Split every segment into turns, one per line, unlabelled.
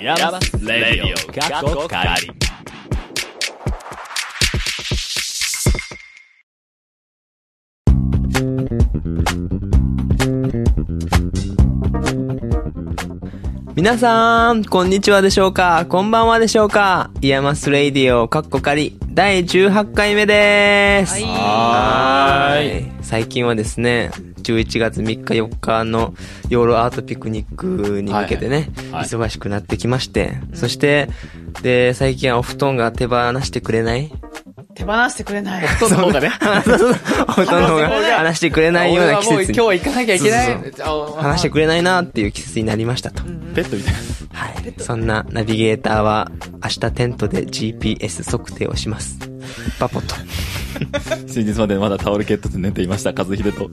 ヤバスレディオ過去仮
皆さん、こんにちはでしょうかこんばんはでしょうかイヤマスレイディオ、カッコカリ、第18回目です。はーい。最近はですね、11月3日4日のヨーロアートピクニックに向けてね、
はい
忙しくなってきまして、そして、で、最近はお布団が手放してくれ ない
手放してく れない。
そうの方がね。
お布団の方が話してくれないような季節
俺はもう
に。
今日行かなきゃいけない。
そう
あ
話してくれないなっていう季節になりましたと。
ペットみたいな。
はい。そんなナビゲーターは、明日テントで GPS 測定をします。パポと。
先日までまだタオルケットで寝ていました、和秀と。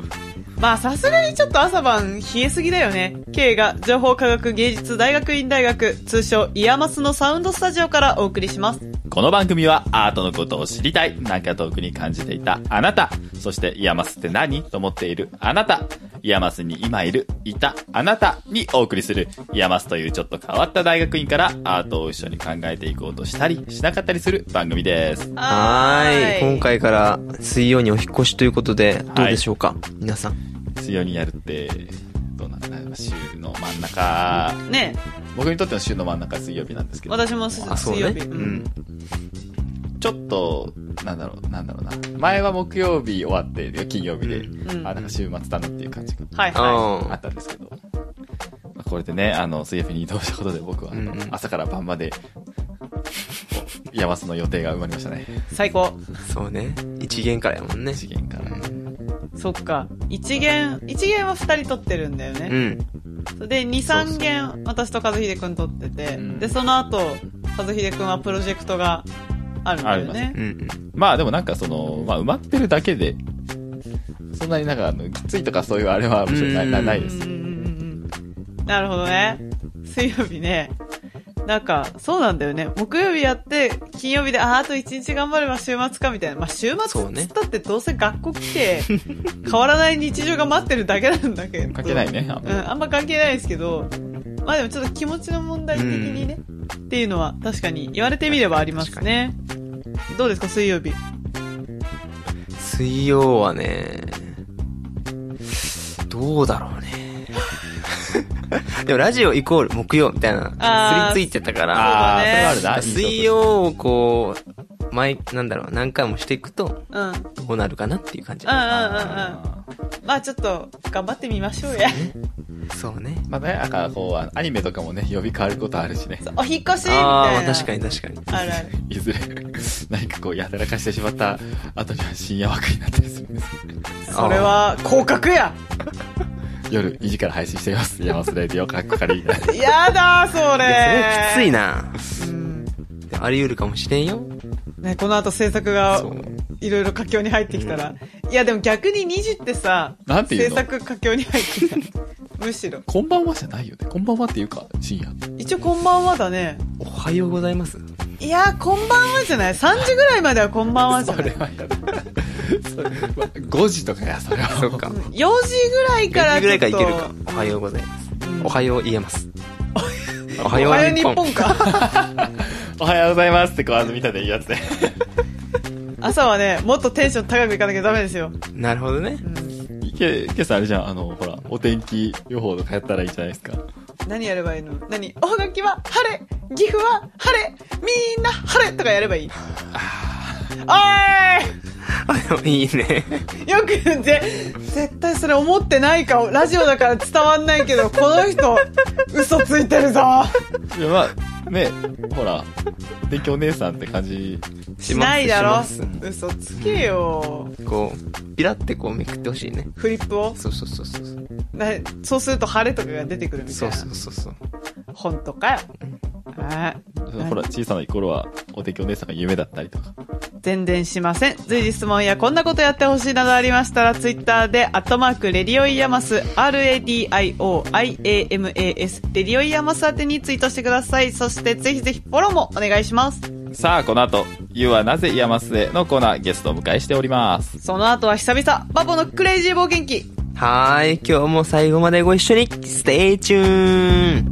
まあさすがにちょっと朝晩冷えすぎだよね。K が情報科学芸術大学院大学、通称イヤマスのサウンドスタジオからお送りします。
この番組はアートのことを知りたい、なんか遠くに感じていたあなた、そしてイヤマスって何と思っているあなた、イヤマスに今いる、いたあなたにお送りする、イヤマスというちょっと変わった大学院からアートを一緒に考えていこうとしたり、しなかったりする番組です。
はーい。
ー
今。回から水曜にお引っ越しということで、どうでしょうか、皆さん。
水曜にやるって、どうなんだろう週の真ん中、
ね
僕にとっての週の真ん中は水曜日なんですけど。
私もす
あ、そう
水曜
ね。
日。
う
うん
ん。
ちょっと、なんだろう、なんだろうな。前は木曜日終わって、金曜日で、
ん
あ、なんか週末だなっていう感じが
はいは
あ
あったんですけど。まあこれでね、あの、水曜日に移動したことで僕は、あの
うんうん
朝から晩まで、山スの予定が埋まりましたね。
い。最高。
あ、そうね。一元からやもんね。
資源から。
そっか。一弦、一弦は二人取ってるんだよ
う
ね。
ん。
で、二、三弦、私と和秀くん取ってて、
うん
で、その後、和秀くんはプロジェクトがあるんだよ
あり
ね
う。ん。
まあでもなんかその、まあ埋まってるだけで、そんなになんかあの、きついとかそういうあれはむしろな
うん
なないで
うん
す
う。んうんうんなるほどね。水曜日ね。なんか、そうなんだよね。木曜日やって、金曜日で、あー、あと一日頑張れば週末か、みたいな。まあ、週末
そう
っつ
ね
ったって、どうせ学校来て、変わらない日常が待ってるだけなんだけど。
関係ないね。あん
う
ま
ん、あんま関係ないですけど、まあでもちょっと気持ちの問題的にね、っていうのは確かに言われてみればありますね。どうですか、水曜日。
水曜はね、どうだろうね。でもラジオイコール木曜みたいな、
あー
すりついてたから。
あ
そうだ
ー、
ね
それはあるな。
水曜をこう、毎、なんだろう、何回もしていくと、
うん。うんうんうんうん。
どうなるかなっていう感じ。
まあちょっと、頑張ってみましょうや。
そうね。
まあね、なんかこうあの、アニメとかもね、呼び変わることあるしね。
お引っ越しみたい
ああ、
な。
確かに確かに。
あるある。
いずれ、何かこう、やたらかしてしまった後には深夜枠になったりするんです。
それは、降格や
夜2時から配信しています。山スレディオカッコカリ。
やだー、
い
そ
や
れ
それきついな。
ついな。うん。
でもあり得るかもしれんよ。
ね、この後制作が
そう、
いろいろ佳境に入ってきたら。いや、でも逆に2時ってさ、
なんていう
制
の
作佳境に入ってきた。むしろ。
こんばんはじゃないよね。こんばんはっていうか、深夜。
一応こんばんはだね。
おはようございます。
いやー、こんばんはじゃない ?3 時ぐらいまではこんばんはじゃ
そ
な
れ
い
はやだ。それは5時とかや、それは。
そっか。
?4 時ぐらいから
4
ちょ
時ぐら
っと。
いからいけるか。おはようございます。
うん。
おはよう言えます。お
お
はよ
はよ
う
う
日
日
本。
本か。
おはようございますって、こう、あの、見たでいいやつで。
朝はね、もっとテンション高くいかなきゃダメですよ。
なるほどね。
うん。
け、けさんあれじゃん、あの、ほら、お天気予報とかやったらいいじゃないですか。
何やればいいの何大垣は晴れ岐阜は晴れみんな晴れとかやればいい。お
あ、でもいいね。
ーいよく言うぜ、絶対それ思ってないかラジオだから伝わんないけど、この人、嘘ついてるぞ
いや、まあ、ね、ほら、お天気お姉さんって感じ。
し
し
ます
ないだろ
しま
嘘つけよ
こう、ピラってこうめくってほしいね。
フリップを。
そうそうそうそう。
なそうすると晴れとかが出てくるみた
そ
いうな。
そうそうそう。
本とかよ。あー
ほら、小さな頃は、お天気お姉さんが夢だったりとか。
全然しません。随時質問やこんなことやってほしいなどありましたら、ツイッターで、アットマーク、レディオイヤマス、RADIOIAMAS、レディオイヤマス宛てにツイートしてください。そして、ぜひぜひフォローもお願いします。
さあ、この後、You はなぜ山末のコーナーゲストをお迎えしております。
その後は久々、バボのクレイジー冒険記。
はーい、今日も最後までご一緒に、ステイチューン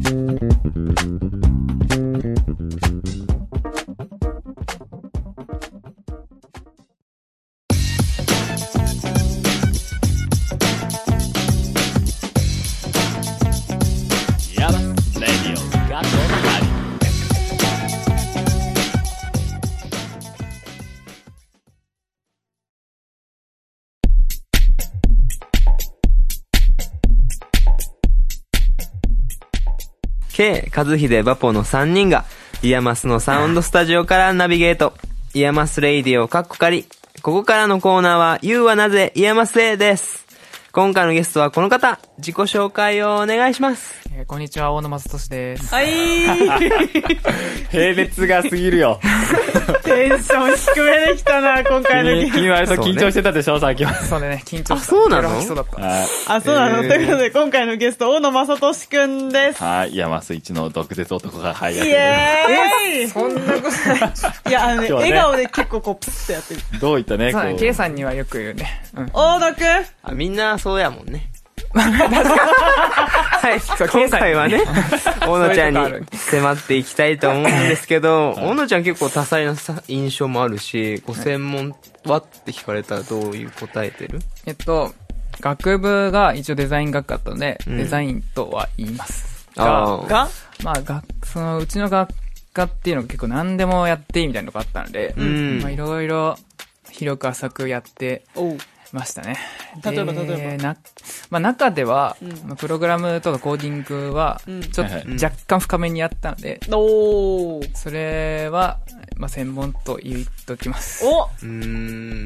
K、和秀、バポの3人が、イヤマスのサウンドスタジオからナビゲート。イヤマスレイディオ、カッコカリ。ここからのコーナーは、You はなぜイヤマスへです。今回のゲストはこの方、自己紹介をお願いします。
えーこんにちは、大野正俊です。
はい。
並列が過ぎるよ。
テンション低めできたな、今回のゲ
君、
ーム。
君割と緊張してたでしょ、さっきは。
そうだね、緊張した。
あそうなの
いろいろ吐きそうだった。
はい
あ、そうなの、
えー
ということで、今回のゲスト、大野正俊くんです。
はい、山スイッチの毒舌男が、はい、
イ
やって
エーイ
そんなことない。
いや、あの
今
ね、
日はね
笑顔で結構こう、プスッとやってる。
るどういったね、こ
そうだね、
う。
K さんにはよく言うね。 うん。
大野くん
あ、みんなそうやもんね。
はい、そう、
今
K さん
回
に
はね。、大野ちゃん
そういうとこ
に迫っていきたいと思うんですけど、大野ちゃん結構多彩なさ印象もあるし、ご専門はって聞かれたらどういう答えてる
えっと、学部が一応デザイン学科だったので、
うん
デザインとは言います。
あー
が
まあ、学、その、うちの学科っていうのが結構何でもやっていいみたいなのがあったので、
うん
まあ、いろいろ、広く浅くやって
おう。
ましたね。
例えば
で
例え
な、まあ中では、
うん
まあプログラムとかコーディングは
うん、
ちょっ
はいはい
と若干深めにやったので、
おー。
それは、まあ、専門と言っときます。
お
うー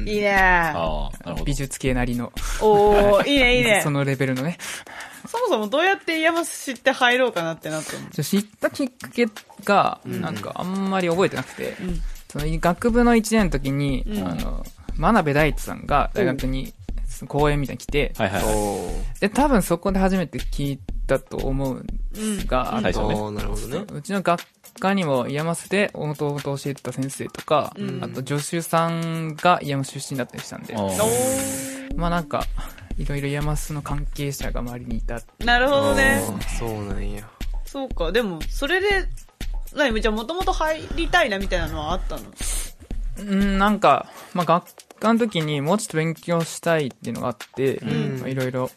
ん。
いいね
ああ、なるほど
美。術系なりの、
おー、いい ね、いいね
そ。のレベルのね。
そもそもどうやって山知って入ろうかなってなったの
ちょ知ったきっかけが、なんかあんまり覚えてなくて、
うん
その学部の1年の時に、
うん
あの、真鍋大地さんが大学に、その講演みたいに来て、
はいはいはい。
おー
で、多分そこで初めて聞いたと思うんですが、
うん
あ
最初ね
おーなるほどね。
のうちの学科にも、イヤマスで、おとと教えてた先生とか、
うん
あと、助手さんがイヤマス出身だったりしたんで、
お
お
ー
ー。
まあなんか、いろいろ山須の関係者が周りにいた。
なるほどね。
あーそうなんや。
そうか、でも、それで、なに、じゃあもともと入りたいなみたいなのはあったの
うん、なんか、まあ学科の時にもうちょっと勉強したいっていうのがあって、
ん
まあいろいろ、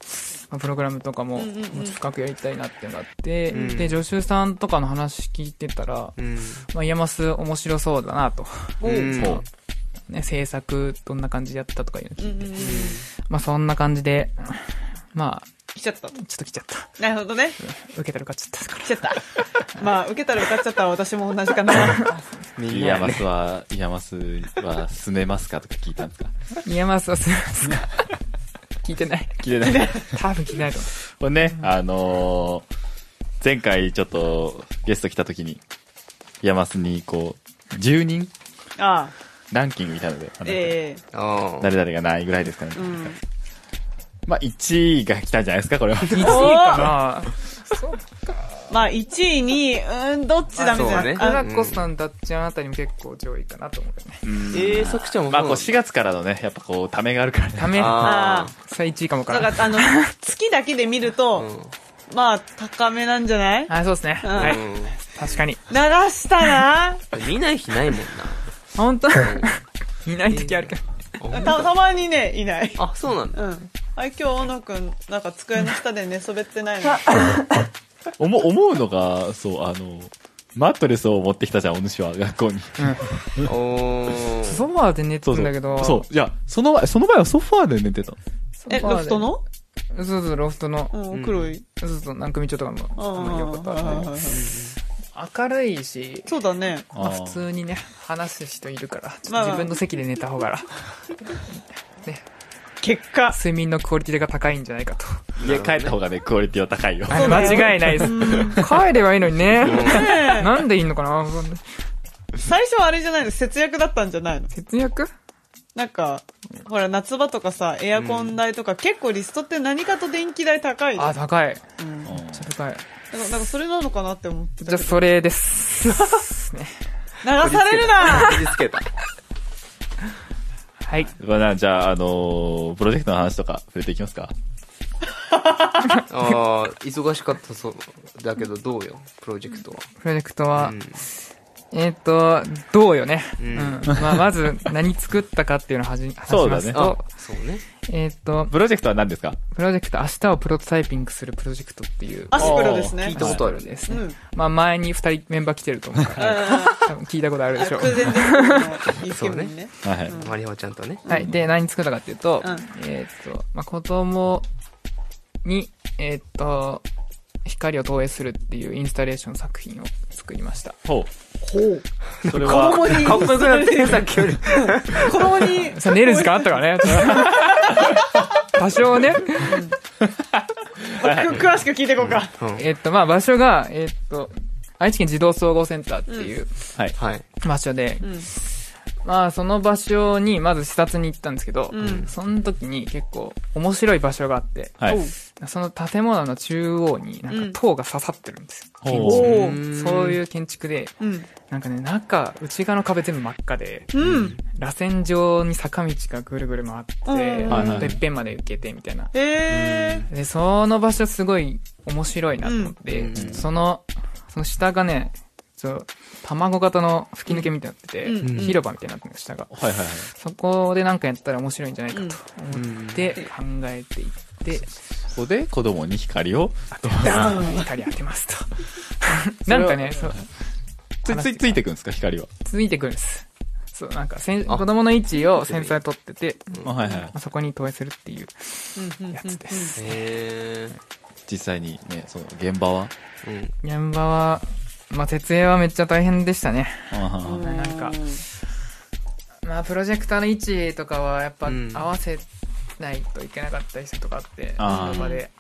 まあプログラムとか
う
も、
んうんうん
もうちょっと深くやりたいなっていうのがあって、
うん
で、助手さんとかの話聞いてたら、
うん。
まあ山須面白そうだなと。
おう。
うん
そう
ね、制作どんな感じでやったとかいうの聞いて
うんうんうん。
まあそんな感じで、まあ、
来ちゃったと。
ちょっと来ちゃった。
なるほどね。
受けたら受かっちゃったから。
来ちゃった。 まあ、受けたら受かっちゃったら私も同じかな。
みん
イ
な
ヤ
や
マ
ね。
スは、イヤマスは、住めますかとか聞いたんですか
イヤマスはすみますか聞いてない。
聞いてない。
多分聞いてないと思う。
これね、あのー前回ちょっとゲスト来た時に、山須にこう、10人
ああ、
ランキングみたいので、あの
え
あー
誰々がないぐらいですかね。
えうん。
まあ、1位が来たんじゃないですか、これは。
1位かなそう
まあ、1位、2位、うん、どっちだみたい
あそう
な。
花
あ
ね
子さん、だっちゃんあたりも結構上位かなと思うよね。
えー、さくちゃんも
まあ、こう
そう
4月からのね、やっぱこう、ためがあるからね。
ため、
あ
それ1位かも
だ
か。
からら、あの、月だけで見ると、
ー
まあ、高めなんじゃない
あ、そうですね。
うん
はい。
うん。
確かに。
流したな
うん。見ない日ないもんな。
本当いない時あるけど。
た、たまにね、いない。
あ、そうなんだ。
うん。あ、今日、小野くん、なんか机の下で寝そべってないの。
思思うのが、そう、あの、マットレスを持ってきたじゃん、お主は、学校に。
おー。
ソファーで寝て
そう
た
そ
ん
う。
だけど。
そう。いや、その前、その前はソファーで寝てた。
ソファ
え、
ーで
ロフトの
そうそう、ロフトの。
うん、黒い。
そうそう、何組長とか
あ
も。あんまり良かった
あ、はいはいはい
明るいし、
そうだね。
まあ
あー
普通にね、話す人いるから、ちょ
まあ
っと自分の席で寝た方が、
結果。
睡眠のクオリティが高いんじゃないかと。
家帰った方がね、クオリティは高いよ。
うだよ
間違いないです。帰ればいいのにね。なんでいいのかな
最初はあれじゃないの節約だったんじゃないの
節約
なんか、ほら、夏場とかさ、エアコン代とか、結構リストって何かと電気代高いじゃん
あ、高い。
うん。だか
うん
高い。
ら、なんかそれなのかなって思って
じゃ
た
あ、
けど。
それ です。ね
流されるな
気つけた。
はい。
まあな、じゃあ、あのープロジェクトの話とか触れていきますか。
ああ、忙しかったそう。だけどどうよ、プロジェクトは。
プロジェクトは、
うん
えーっ、と、どうよね。うんん。まあ、まず、何作ったかっていうのをはじ、話しますと。
そうだね
あ、そうね。
えーっ、と、
プロジェクトは何ですか
プロジェクト、明日をプロトタイピングするプロジェクトっていう。
アシプロですね。
あー
聞いたことあるね。
です
う
ね。
ん。うん。
まあ、前に二人メンバー来てると思 うから、多分聞いたことあるでしょう。
空前絶後のイケメンね。
はいはい。
マリホちゃんとね。
はい。で、何作ったかっていうと、
うん
えーっと、まあ、子供に、えーっと、光を投影するっていうインスタレーション作品を作りました。
ほ
ほう。
う。それ
子供
は、
に、
かっこよくなってるさっきより。
子供に、
さあ、寝る時間あったからね。 多少ね。
く詳しく聞いていこうか。
えっと、まあ、場所が、えっと、愛知県児童総合センターっていう
はい。
はい。
場所で、
ん
まあ、その場所に、まず視察に行ったんですけど、
うん
その時に結構面白い場所があって、
はい
おう。
その建物の中央になんか塔が刺さってるんですよ。
ほう。
おう。
そういう建築で、
うん。
なんかね、中、内側の壁全部真っ赤で、
うん。
螺旋状に坂道がぐるぐる回って、
うんうん
はいはい
てっぺんまで行けてみたいな。
え
で、その場所すごい面白いなと思って、
うん
その、その下がね、そう、卵型の吹き抜けみたいになってて、
うん
広場みたいになってるの下が。
はいはいはい。
そこでなんかやったら面白いんじゃないかと
う
思
ん
って考えていって、
ここで子供に光を。
光当てますと。 なんかね、そう、
つ、つ、ついてくんですか、光は。
続いてくるんです。そう、なんかせん、子供の位置をセンサーで取ってて、
あはいはい。
そこに投影するっていう
ー。
やつで
うんうんうん
す。
へ
実際にね、その現場は。
ーうん。
現場は、まあ、設営はめっちゃ大変でしたね。
あはは
なんかまあ、プロジェクターの位置とかはやっぱ
うん
合わせないといけなかったりとかあって、
あー
その場で。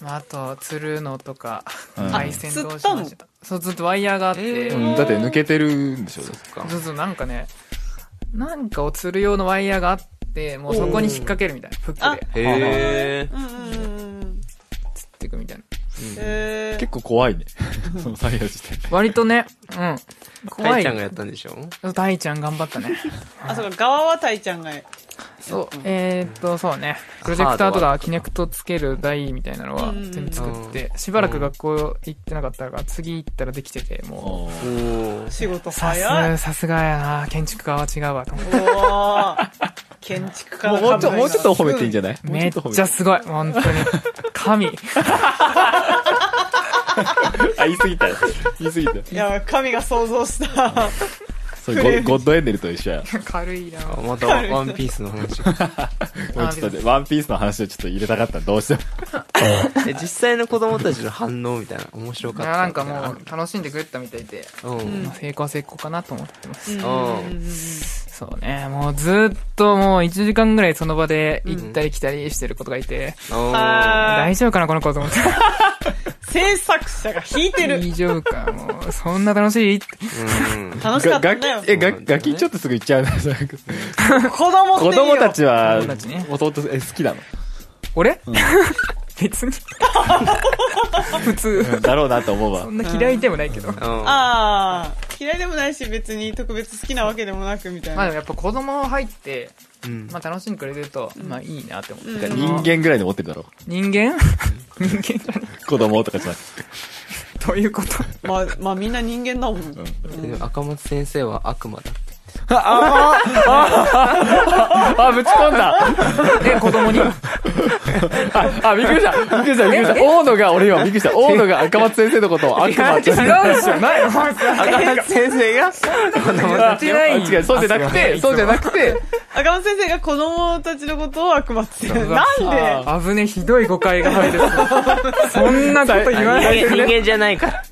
まあ、あと、吊るのとか、
うん
配線同士
あ吊
の
っ。
そう、ずっとワイヤーがあって、
え
う
ー
ん、だって抜けてるんでしょう、
か
そうそう、なんかね、なんかを吊る用のワイヤーがあって、もうそこに引っ掛けるみたいな、フックで、
へ
うんうんうんうん。
つっていくみたいな。
えー
結構怖いね。その作業自 体。
割とね、うん。
ー。た
怖
い
い
ちゃん。がやったんでしょ
タイちゃん頑張っ たね。
あ、そうか、側はタイちゃんが。
そう、えー、っと、そうね。プロジェクタ
ハ
ーと
ードは
かキネクトつける台みたいなのは
うん
全部作って、しばらく学校行ってなかったから、次行ったらできてて、も
おー
おー。
仕事
う、さす
早い。
さすがやな建築家は違うわ、と思っ
おー。建築家
もうもうちょもうちょっと褒めていいんじ
ゃ
ゃない
て。めっ
もう
ちゃすごい、本当に。神。
ょっと褒めてあ、言い過ぎたよ。言い過ぎたよ。
いや、神が想像した。
それゴゴッドエンデルと一緒や。
軽いな
あまたワワンピースの 話。
もうちょっとねワンピースの話をちょっと入れたかったどうしても。
え、実際の子供たちの反応みたいな。面白かった。
なんかもう、楽しんでくれたみたいで、
う。うん。
まあ成功は成功かなと思ってます。
うんうんうん
そうね、もうずっともう1時間ぐらいその場で行ったり来たりしてることがいて、
おー。
あ
大丈夫かな、この子と思って。
ー制作者が弾いてる。
大丈夫か、もう、そんな楽しいって
うん。
楽し
が
かった
ガ
ん
キ
だよ、。
え、ガガキちょっとすぐ行っちゃうな。なんか
子供っていい
子
よ
供た。ちは
子供たちね、
弟、え、好きなの
俺、 別に。 普通。
だろうなと思うわ
そ。んな嫌いでもないけど。ま
うん
ああ、嫌いでもないし、別に特別好きなわけでもなくみたい
あで
な。
もやっぱ子供入って、
うん。
まあ楽しんでくれてると、まあいいなって思って。
うん
人間ぐらいで持ってるだろ。
人間人間じゃないう
子供とかじゃなくて。
どういうこと
まあ、まあみんな人間だもん。
でも赤松先生は悪魔だって。
あ、ぶち込んだ
え、子供に
あ、びっくりしたびっくりしたびっくりした大野が、俺今びっくりした大野が赤松先生のこと を悪魔って
違うでしょない
赤松先生が
やってない
違う、そうじゃなくて、そうじゃなくて、
赤松先生が子供たちのことを悪魔って言う。なんで
あ危ね、ひどい誤解が入る。そんなこと言わ ないでくれ。
間じゃないから。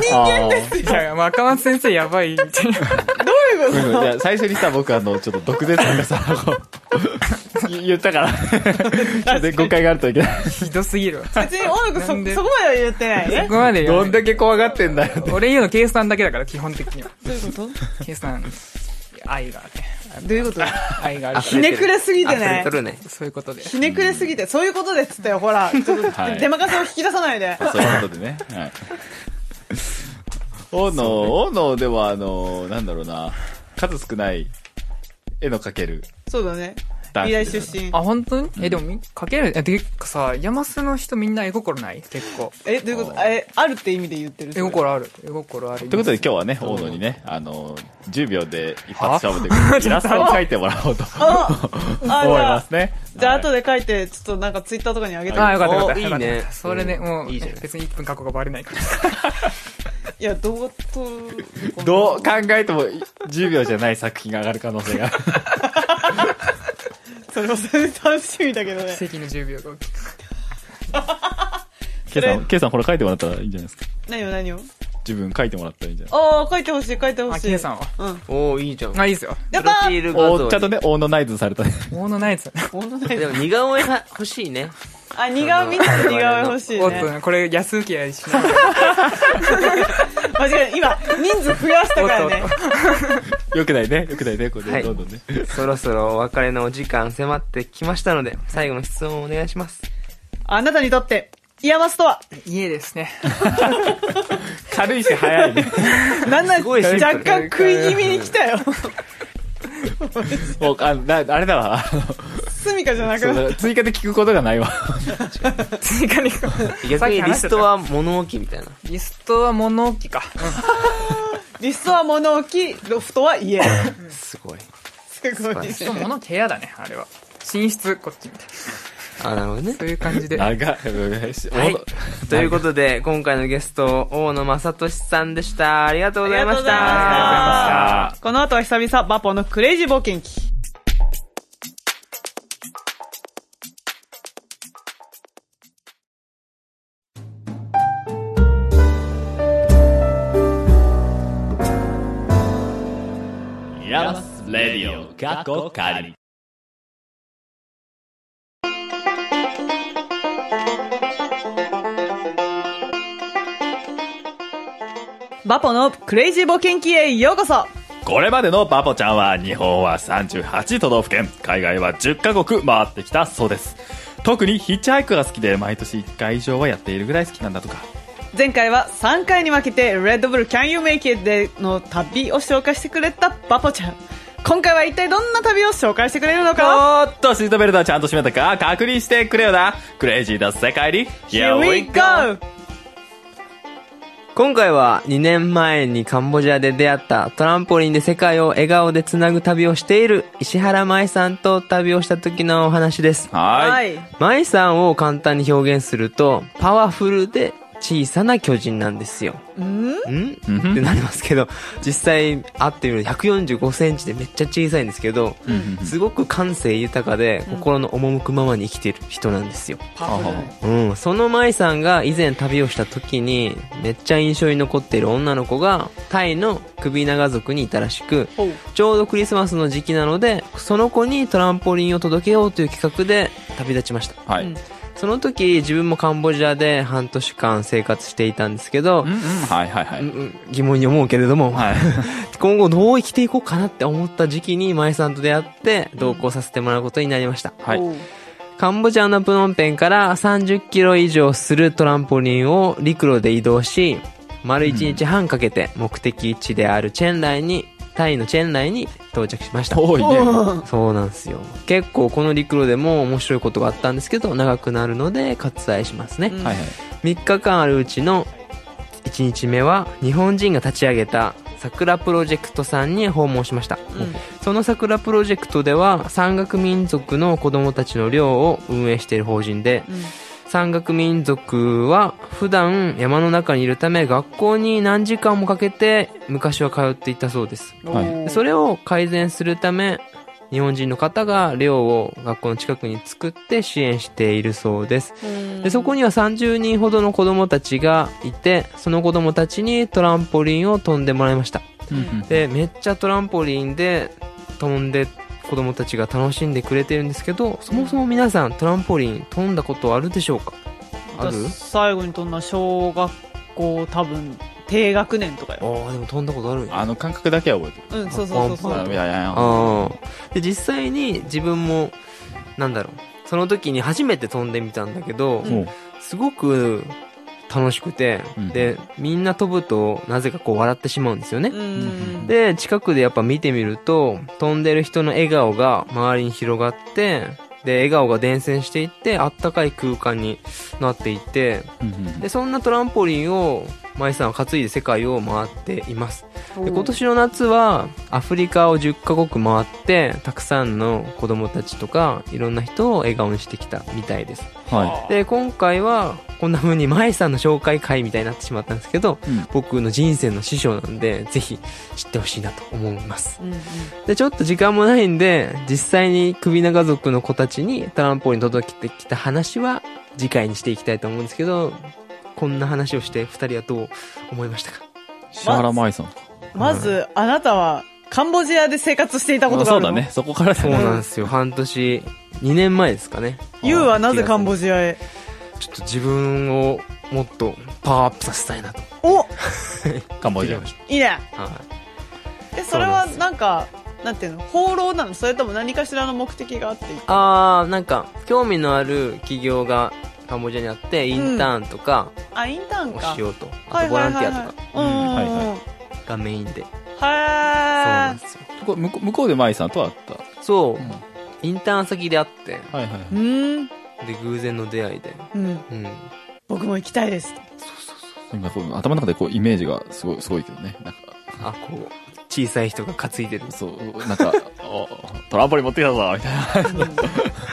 人間です
いや、まあ赤松先生やばいみたいな。
どういうこ
いや、最初にさ、僕あの、ちょっと毒舌がさ、こう 言ったから。で、誤解があるといけない。
ひどすぎるわ。
と別に音楽そ、そこ
なんで
までは言ってない
そ
ね。
こまで言わ
ど
なんい
だけ怖がってんだよって。
俺言うの計算だけだから、基本的には。
どういうこと
計算、愛がね、
どういうこと
愛がある。
ひねくれすぎて
あ
ね
それ。取るね。
そういうことで。
ひねくれすぎて、そういうことでっつったよ、ほら。ちょっと
はい
出まかせを引き出さないで。
そういうことでね。はい。おの、おのではあの、なんだろうな、数少ない絵の描ける
そうだね。
ダン
美大
ス
出
ですよね。
身。
あ、本当にえ、でもみ、かける、え、てかさ、山須の人みんな絵心ない結構。
え、どういうことえ、あるって意味で言ってる
絵心ある。絵心ある。
ということで今日はね、大野にね、あの、10秒で一発勝負ということで、イラストを描いてもらおうと
ああ、じ
思い
ゃ
ま
あ
す、ね。
じゃあ後
はい
で書いて、ちょっとなんかツイッターとかにあげて。
あ、よかったよかった。
お
よかった
いいね
それで、
うん
もう、
いいじゃん
別に1分過去がバレないから。
いや、どうと、
どう考えても10秒じゃない作品が上がる可能性が ある。
それはそれで楽しみだけどね。
奇跡の10秒が起
ケ
きる。
イさん、ケイさんこれ書いてもらったらいいんじゃないですか。
何を何を
自分書いてもらったらいいんじゃない
ああ、書いてほしい、書いてほ
あ、
し
ケ
い。
イさんは。
うん。
おー、いいじゃん。プ
あ、いいですよ。
やっ
ロ
ぱ
フィール
お
画
ー
像
ちゃんと
に。
ね、オーノナイズされたね。
オーノナイツ。
でも似顔絵は欲しいね。
あ、似顔見て似顔絵欲しい
おっ
ね。
と、これ安請け合いしない
間違いない。今、人数増やしたからね
おっ。
よくないね。よくないね。こ
は
れ、
い
どんどんね。
そろそろお別れのお時間迫ってきましたので、最後の質問をお願いします。
あなたにとって、イヤマスとは、
家ですね。
軽いし早いね。
なんなら
すごいシンプル
若干食い気味に来た よ。
もう、あ、なあれだわ。あの
スミカじゃなく
そう
なっ
だ追加で聞くことがないわ。
追加に。
逆にリスト
は。
は物置みたいな。
リストは物置か。
た。リストは物置、ロフトは家。
す ごい。
すごいね。
リストは物部屋だね、あれは。寝室、こっちみたいな。
あ、なるほどね。
そういう感じで。
長い。は
はい。ということで、今回のゲスト、大野正俊さんでした。ありがとうございまし
ありがとうございました
た。
この後は久々、バポのクレイジー冒険記。
ヤマスレディオ過去仮
バポのクレイジー冒険記へようこそ
これまでのバポちゃんは日本は38都道府県海外は10カ国回ってきたそうです特にヒッチハイクが好きで毎年1回以上はやっているぐらい好きなんだとか
前回は3回に分けて「レッドブル Can You Make It」での旅を紹介してくれたバポちゃん今回は一体どんな旅を紹介してくれるのか
おーっとシートベルトはちゃんと閉めたか確認してくれよなクレイジーな世界に
Here we go!
今回は2年前にカンボジアで出会ったトランポリンで世界を笑顔でつなぐ旅をしている石原舞さんと旅をした時のお話です。
はーい
い
舞さんを簡単に表現すると、パワフルで小さな巨人なんですよ。んってなりますけど、実際会ってみると145センチでめっちゃ小さいんですけど、すごく感性豊かで心の赴くままに生きている人なんですよ。
ははは
うん、その舞さんが以前旅をした時にめっちゃ印象に残っている女の子がタイの首長族にいたらしく
ほう
ちょうどクリスマスの時期なのでその子にトランポリンを届けようという企画で旅立ちました
はい、
う
うんん
その時自分もカンボジアで半年間生活していたんですけど、
うん、はいはいは
う
い
んうん疑問に思うけれども、
はい
今後どう生きていこうかなって思った時期に舞さんと出会って同行させてもらうことになりました、
はい
おう
カンボジアのプノンペンから30キロ以上するトランポリンを陸路で移動し、丸1日半かけて目的地であるチェンライに、タイのチェンライに到着しました。
多いね
そうなんですよ。結構この陸路でも面白いことがあったんですけど、長くなるので割愛しますね。
うん
はいはい
3日間あるうちの1日目は日本人が立ち上げた桜プロジェクトさんに訪問しました、
ん
その桜プロジェクトでは山岳民族の子供たちの寮を運営している法人で、
ん
山岳民族は普段山の中にいるため学校に何時間もかけて昔は通っていたそうです
は
それを改善するため日本人の方が寮を学校の近くに作って支援しているそうですでそこには30人ほどの子供たちがいてその子供たちにトランポリンを飛んでもらいました
うんうん
でめっちゃトランポリンで飛んで子供たちが楽しんでくれてるんですけどそもそも皆さんトランポリン飛んだことあるでしょうかある
私最後に飛んだ小学校多分低学年とか
あ
よ
ーでも飛んだことあるんや
あの感覚だけは覚えてる
うんそうそうそうそ
あ
う
いやいやいや
ああで実際に自分もなんだろうその時に初めて飛んでみたんだけど、
うん
もう
すごく楽しくて、
うん
でみんな飛ぶとなぜかこう笑ってしまうんですよね、
うん
で近くでやっぱ見てみると飛んでる人の笑顔が周りに広がってで笑顔が伝染していってあったかい空間になっていて
うんうんうん
でそんなトランポリンを舞さんは担いで世界を回っていますで今年の夏はアフリカを10カ国回ってたくさんの子供たちとかいろんな人を笑顔にしてきたみたいです
は
で今回はこんな風に舞さんの紹介会みたいになってしまったんですけど、
うん
僕の人生の師匠なんでぜひ知ってほしいなと思います
うんうん
でちょっと時間もないんで実際に首長族の子たちにトランポリン届けてきた話は次回にしていきたいと思うんですけどこんな話をして二人はどう思いましたか
石原舞さんか。
まず、あなたは、カンボジアで生活していたことが
そ
あ
う
るの。
だね。そこからだ
そう
ね。
なんですよ。半年、2年前ですかね。
ユウはなぜカンボジアへ
ちょっと自分をもっとパワーアップさせたいなと。
お
カンボジア。
いいね
は
え、それはなんか、なんていうの放浪なのそれとも何かしらの目的があっていい
い、あー、なんか、興味のある企業がカンボジアにあって、インターンとか
あ、インターン
を
か
し。ようと。あ
は
と
い
ボラ
は
ン
い
テ
はい
ィア
はい
とか
うんうんう
う
ん
んはい
がメインで。そうな
は
んですよ。
こ向こう向こうで舞さんと会った。
そうう、
ん
インターン先で会って、
はいはい。
ーうん。
で、偶然の出会いで。
うん。
うん。
僕も行きたいです。
今こう頭の中でこうイメージがすごい、すごいけどね。なんか、
あ、こう、小さい人が担いでる。
そう、なんか、あトランポリン持ってきたぞみたいな。
うん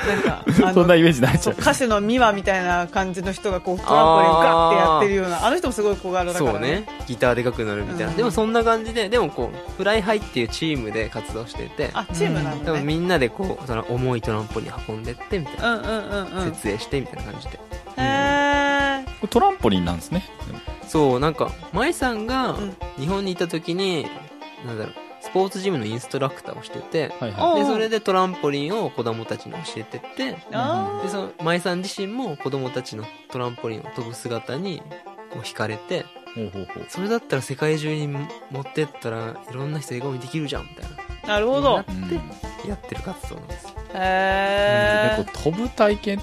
なんか、あ
そんな
の、
イメージになっち
そ
ゃ
う
う。
歌手のミワみたいな感じの人がこう、トランポリンガッてやってるような、あの人もすごい小柄だから、
そうね。ギターでかくなるみたいな。
うん
でもそんな感じで、でもこう、フライハイっていうチームで活動していて、
あ、チームなん
で
だ
も
ね。
みんなでこう、その重いトランポリン運んでって、みたいな。
うんうんうんうん。
設営してみたいな感じで。
へー。
トランポリンなんですね。
そう、なんか、舞さんが
うん
日本にいた時に、なんだろう、スポーツジムのインストラクターをしてて、
はい
お
は
で、それでトランポリンを子供たちに教えてって、で、
あー
その舞さん自身も子供たちのトランポリンを飛ぶ姿に、こう惹かれて、
い。ほうほうほう。
それだったら世界中に持ってったらいろんな人笑顔にできるじゃんみたいな
なるほど。
うん。
で
で、
やってる活動なんですよ
へー。
こう飛ぶ体験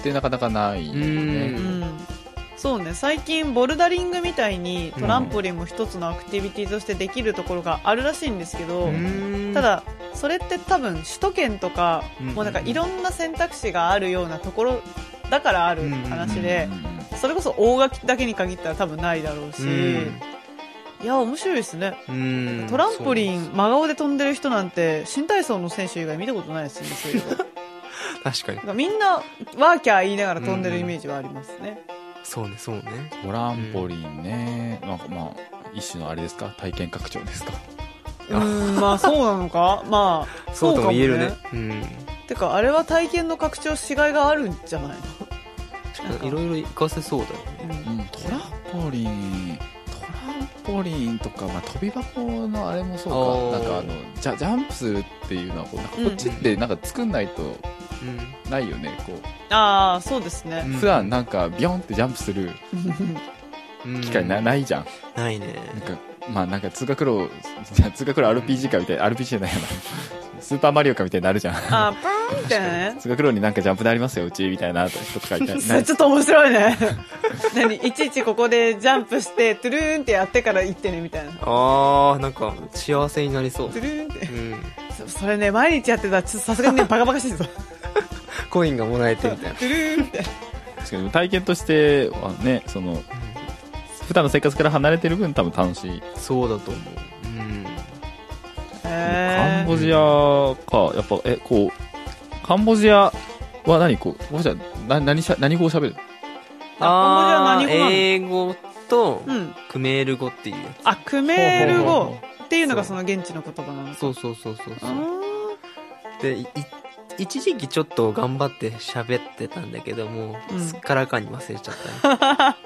ってなかなかないよ
う
ね。
ん。そうね、最近ボルダリングみたいにトランポリンも一つのアクティビティとしてできるところがあるらしいんですけど、ただそれって多分首都圏とか、
うん
もうなんかいろんな選択肢があるようなところだからある話で、
うんうんうん
それこそ大垣だけに限ったら多分ないだろうし、いや面白いですね
うん
トランポリン真顔で飛んでる人なんて新体操の選手以外見たことないですねそういえば
確かに
なんかみんなワーキャー言いながら飛んでるイメージはありますね、
そうねそうね
トランポリンね。なんかまあ、一種のあれですか体験拡張ですか
うーんまあそうなのかまあ
そうとも言える
そう
ね
か
うん
てかあれは体験の拡張しがいがあるんじゃない
確かにいろいろ活かせそうだよね
の、
うん、トランポリン、トランポリンとか、まあ、飛び箱のあれもそうか、
あ
なん
ー
かあのジャジャンプするっていうのはこう、なんかこっちってなんか作んないとないよね、こ
ああそうですね
う、
ん
普段なんかビョンってジャンプする
うん
機会な,、ないじゃん。
ないね
なんか、まあなんか通学路、 じゃ通学路 RPG かみたいな、RPG じゃないよな。 スーパーマリオかみたいになるじゃん。
あー、パーンみたいなね。
通学路になんかジャンプでありますよ、うち、みたいな人とかいたり。
それちょっと面白いね。何いちいちここでジャンプして、トゥルーンってやってから行ってね、みたいな。ト
あーなんか幸せになりそう
ゥルーンって
う。ん
そそれね、毎日やってたら、ちょっとさすがにね、バカバカしいぞ。
コインがもらえてみ
ト
たいな
ゥルーンって。
確かに体験としてはね、その、普段の生活から離れてる分多分楽しい。
そうだと思ううん
カ
へ
ン
ー
ボジアか、やっぱ、え、こう、カンボジアは何こう、カンボジア、な何しゃ何語を喋る
カンボジア何語なの
あー英語と
うん。
クメール語っていうやつ
あ、クメー
ほ
ル
うほう
語
ほ
っていうのがその現地の言葉なのか。
そうそうそうそうそう
あ
でいい一時期ちょっと頑張って喋ってたんだけどもう、
うん
すっからかんに忘れちゃ った、ね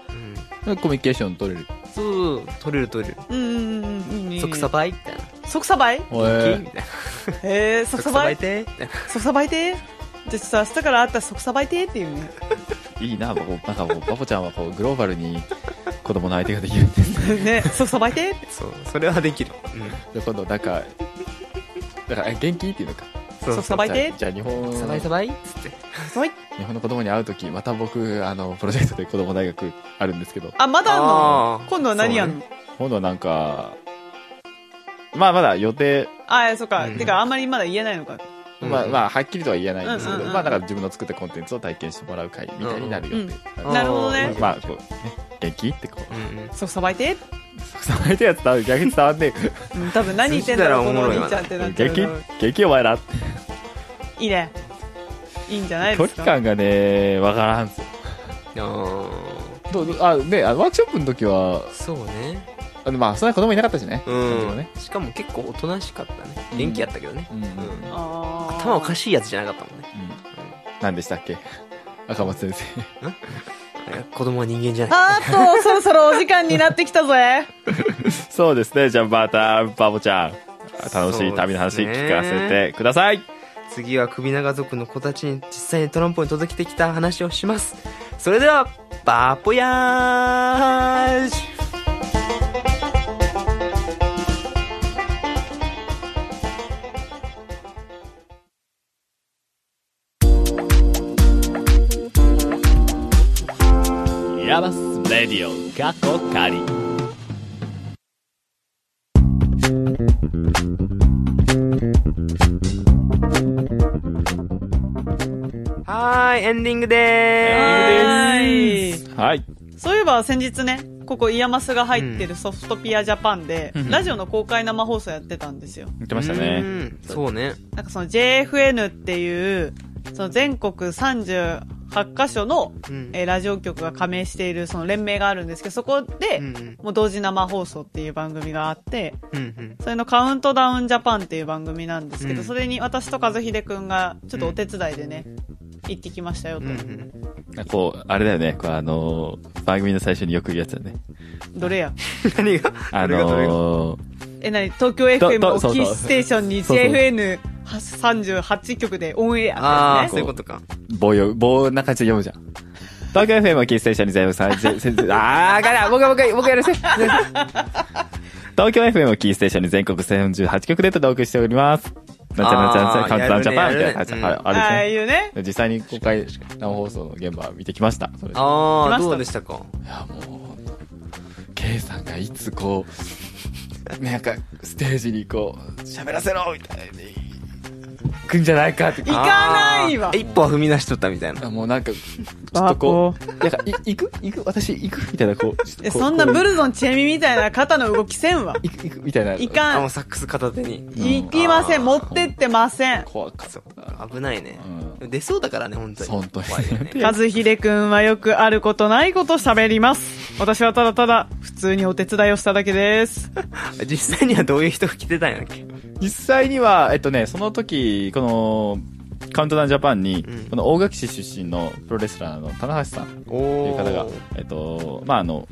うん、
コミュニケーション取れる。
そう取れる取れる
ーうんうんうんうん。
即さばいみたいな
即さばい
へ
元気
ー
みたいな
へー、即
即
さ
さ
ば
ば
い
いてみたいな
即さばいてじゃあさ、明日から会ったら即さばいてっていうね。
いいな、こうなんかこう、バボちゃんはこう、グローバルに子供の相手ができるんです。
ね、即さばいて
そうそれはできる、うん、
で、 今度なんか、だから、え元気っていうのか。
そう
即さばいて
じゃあじゃあ日本、
さばいさばいっつって
はい。
日本の子供に会うとき、また僕、あの、プロジェクトで子供大学あるんですけど、
あ、まだあ
あ
んの
ー
今度は何やんの、
今度はなんか、まあまだ予定、
ああ、そっか。
うん
てか、あんまりまだ言えないのか。
うん
まあまあ、はっきりとは言えないんですけ
うんうん
ど、
うん
まあなんか自分の作ったコンテンツを体験してもらう会みたいになる予定
うんう
なんで
あー
んなるほどね
まあ、こう、ね、元気ってこう、
うんうん
そう、さばいて。
相手やつと逆に伝わんねえ。
うん、多分何言ってんだろ
そ
う、こ
したら
の
おも
お
ろい
兄
わ
ちゃんってな っちゃう
激
な。、
激お前らって。
いいね。いいんじゃない
距
で
離
すか。
感がね、わからんすよ。
あ
どうあ、ね、あのワークショップの時は
ー、そうね
あのまあ、そんな子供いなかったしね。
うん
でもね
しかも結構おとなしかったね
うん
元気やったけどね、
うん。うん。
うん
あー
頭おかしいやつじゃなかったもんね
何でしたっけ赤松先生。
子供は人間じゃない。
あーっと、そろそろお時間になってきたぜ。
そうですね。じゃあまた、バボちゃん、楽しい旅の話
そうですね
聞かせてください。
次は首長族の子たちに実際にトランポに届けてきた話をします。それでは、バーポヤージ
イヤマスレディオ過去仮
はーい、エンディングで
は
ーす。
い。
はい。
そういえば先日ね、ここイヤマスが入ってるソフトピアジャパンで、ラジオの公開生放送やってたんですよ。
言ってましたね。
うんそうね。
なんかその JFN っていう、その全国38カ所の、
うん
えーラジオ局が加盟しているその連盟があるんですけど、そこで、
うん
もう同時生放送っていう番組があって、
うんうん。
それのカウントダウンジャパンっていう番組なんですけ
う
ど、
ん
それに私と和秀くんがちょっとお手伝いでね、行ってきましたよと。
うんうん。
なんかこう、あれだよね。こうあのー番組の最初によく言うやつだね。
どれや
何が
あ
どれがどれが
のー
え、なに東京
とと
FM をキ
そうそう
ーステーションに
そうそう
JFN38 局でオンエア
あ
で
あ、そう
すね。
いうことか。
棒よ、棒な感じで読むじゃん。東京 FM をキーステーションに全 部さ、ぜせせ
Ah,
あー、から、僕が、僕が、僕がやるせ。東京 FM をキーステーションに全国38局で届けしております。なんちゃらなんちゃらなんちゃら、カウントダウンジャパンみたいな
あ
感
ー
じ
やるねやるね
で、はい
うん
あ
あれです
あ
ね。
いうね。
実際に公開生放送の現場見てきました。それでい
あ
来
あ、
ました
どうでしたか
や、もう、K さんがいつこう、なんか、ステージにこう、喋らせろみたいに、来んじゃないかって。
行かないわ
あー一歩は踏み出しとったみたいな。
あもうなんか、ちょっとこう、なんか、い行く行く私行くみたいな、こう、ちょっとこ
え
う
そんな
こう
ブルゾンチェミみたいな肩の動きせんわ。
行く行くみたいな。
い
あ、
か
も
ん
う。サックス片手に。
行きません。持ってってません。
怖かった。
そう。危ないね
うん。
でも出そうだからね、本当に。
本当に
怖いよね。
和秀くんはよくあることないこと喋ります。私はただただ普通にお手伝いをしただけです。
実際にはどういう人が来てたんやっけ
実際には、えっとね、その時、この、カウントダウンジャパンに、
うん
この大垣市出身のプロレスラーの棚橋さん
お
という方が、えっと、まあ、あの、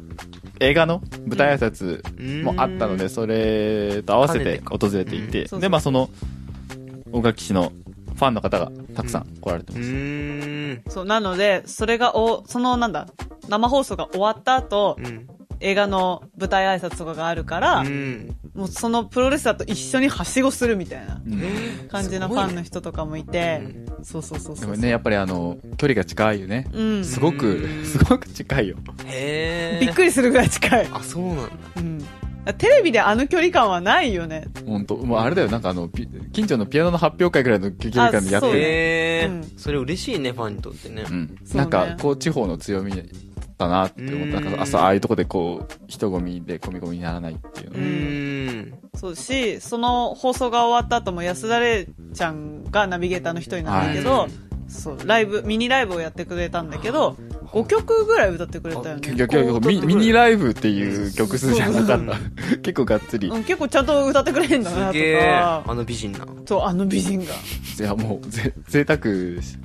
映画の舞台挨拶もあったので、
うん
それと合わせて訪れていて、
うん
そうそう
で、まあ、その、大垣市のファンの方がたくさん来られて
う
ました。
ーん。
そう、なので、それがお、そのなんだ、生放送が終わった後、
うん。
映画の舞台挨拶とかがあるから、
うん。
もうそのプロレスラーと一緒にはしごするみたいな
うん
感じのファンの人とかもいて、そうそうそう
で
そ
も
う。
ね、やっぱりあの、距離が近いよね。
うん。
すごく
う、ん
すごく近いよ。
へえ。
びっくりするぐらい近い。
あ、そうなんだ。
うん。テレビであの距離感はないよね。
本当もうあれだよ、なんかあの、ピ近所のピアノの発表会ぐらいの距離感でやって
そう
る
ね。
へえ、
うん
それ嬉しいね、ファンにとってね。
うん。
そうね
なんか、こう、地方の強みだなって思った。
うん
なんか、朝、ああいうとこでこう、人混みで混み込みにならないっていう
う
の。
ーん。
そうし、その放送が終わった後も安田玲ちゃんがナビゲーターの一人なんだけど、
はい
そう、ライブ、ミニライブをやってくれたんだけど、5曲ぐらい歌ってくれたよね。
結局、ミミニライブっていう曲数じゃなか
そう
っ
そ
た。結構がっつり。い
うん、結構ちゃんと歌ってくれるんだな
す
と
げえ。あ
か、
の美人な。
そう、あの美人が。
や、もう、ぜ、贅沢し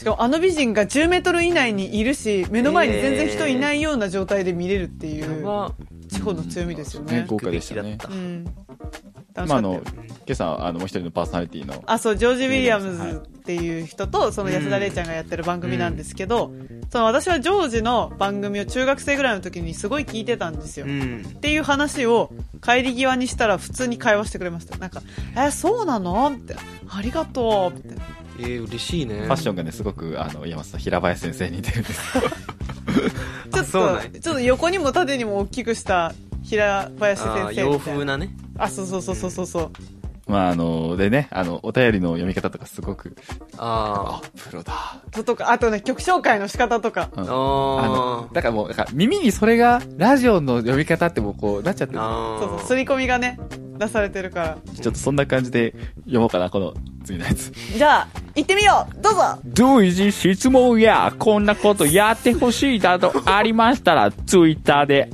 しかもあの美人が10メートル以内にいるし、目の前に全然人いないような状態で見れるってい
や
う、
ば。
地方の強みですよね
ね。豪華でしたね
行くべきだっ
うん。楽しかった
まあ、あ
よ
の、今朝、あの、もう一人のパーソナリティの、
あ、そう、ジョージ・ウィリアムズっていう人と、その安田玲ちゃんがやってる番組なんですけど、その私はジョージの番組を中学生ぐらいの時にすごい聞いてたんですよ。
う
っ
ん。
ていう話を帰り際にしたら普通に会話してくれました。なんか、え、そうなのみたいな。ありがとうみたいな。
えー、嬉しい
フ
ね。
ァッションがね、すごく、あの、山下平林先生に似てるんです。
ちょ
あそうな
っ
んや
と、ちょっと横にも縦にも大きくした平林先生
あ
み
ー
たいな。
洋風なね。
あ、そうそうそうそうそうそう。
まあ、あの、でね、あの、お便りの読み方とかすごく、あ、
あ
プロだ。
ととか、あとね、曲紹介の仕方とか。
う
あ。
んあ
あ
の、だからもう、だから耳にそれが、ラジオの読み方ってもうこう、なっちゃって
あ。
る。
そうそう、
あ
刷り込みがね、出されてるから。
ちょっとそんな感じで読もうかな、この次のやつ。
じゃあ、行ってみようどうぞ
随時質問や、こんなことやってほしいなどありましたら、ツイッターで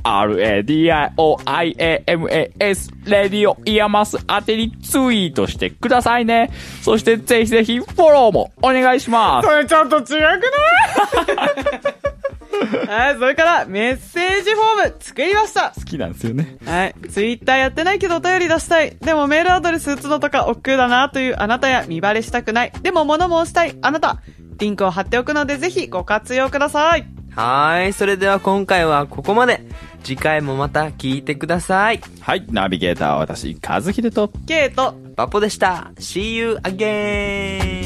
RADIOIAMAS レディオイヤマス宛てにツイートしてくださいね。そしてぜ ひぜひフォローもお願いします。
これちょっと違くないはい、それからメッセージフォーム作りました
好きなんですよね。
はい。ツイッターやってないけどお便り出したい。でもメールアドレス打つのとか億劫だなというあなたや見バレしたくない。でも物申したいあなた。リンクを貼っておくのでぜひご活用ください。
はーい。それでは今回はここまで。次回もまた聞いてください。
はい、ナビゲーターは私、和秀と、
ケイト、
パポでした。See you again!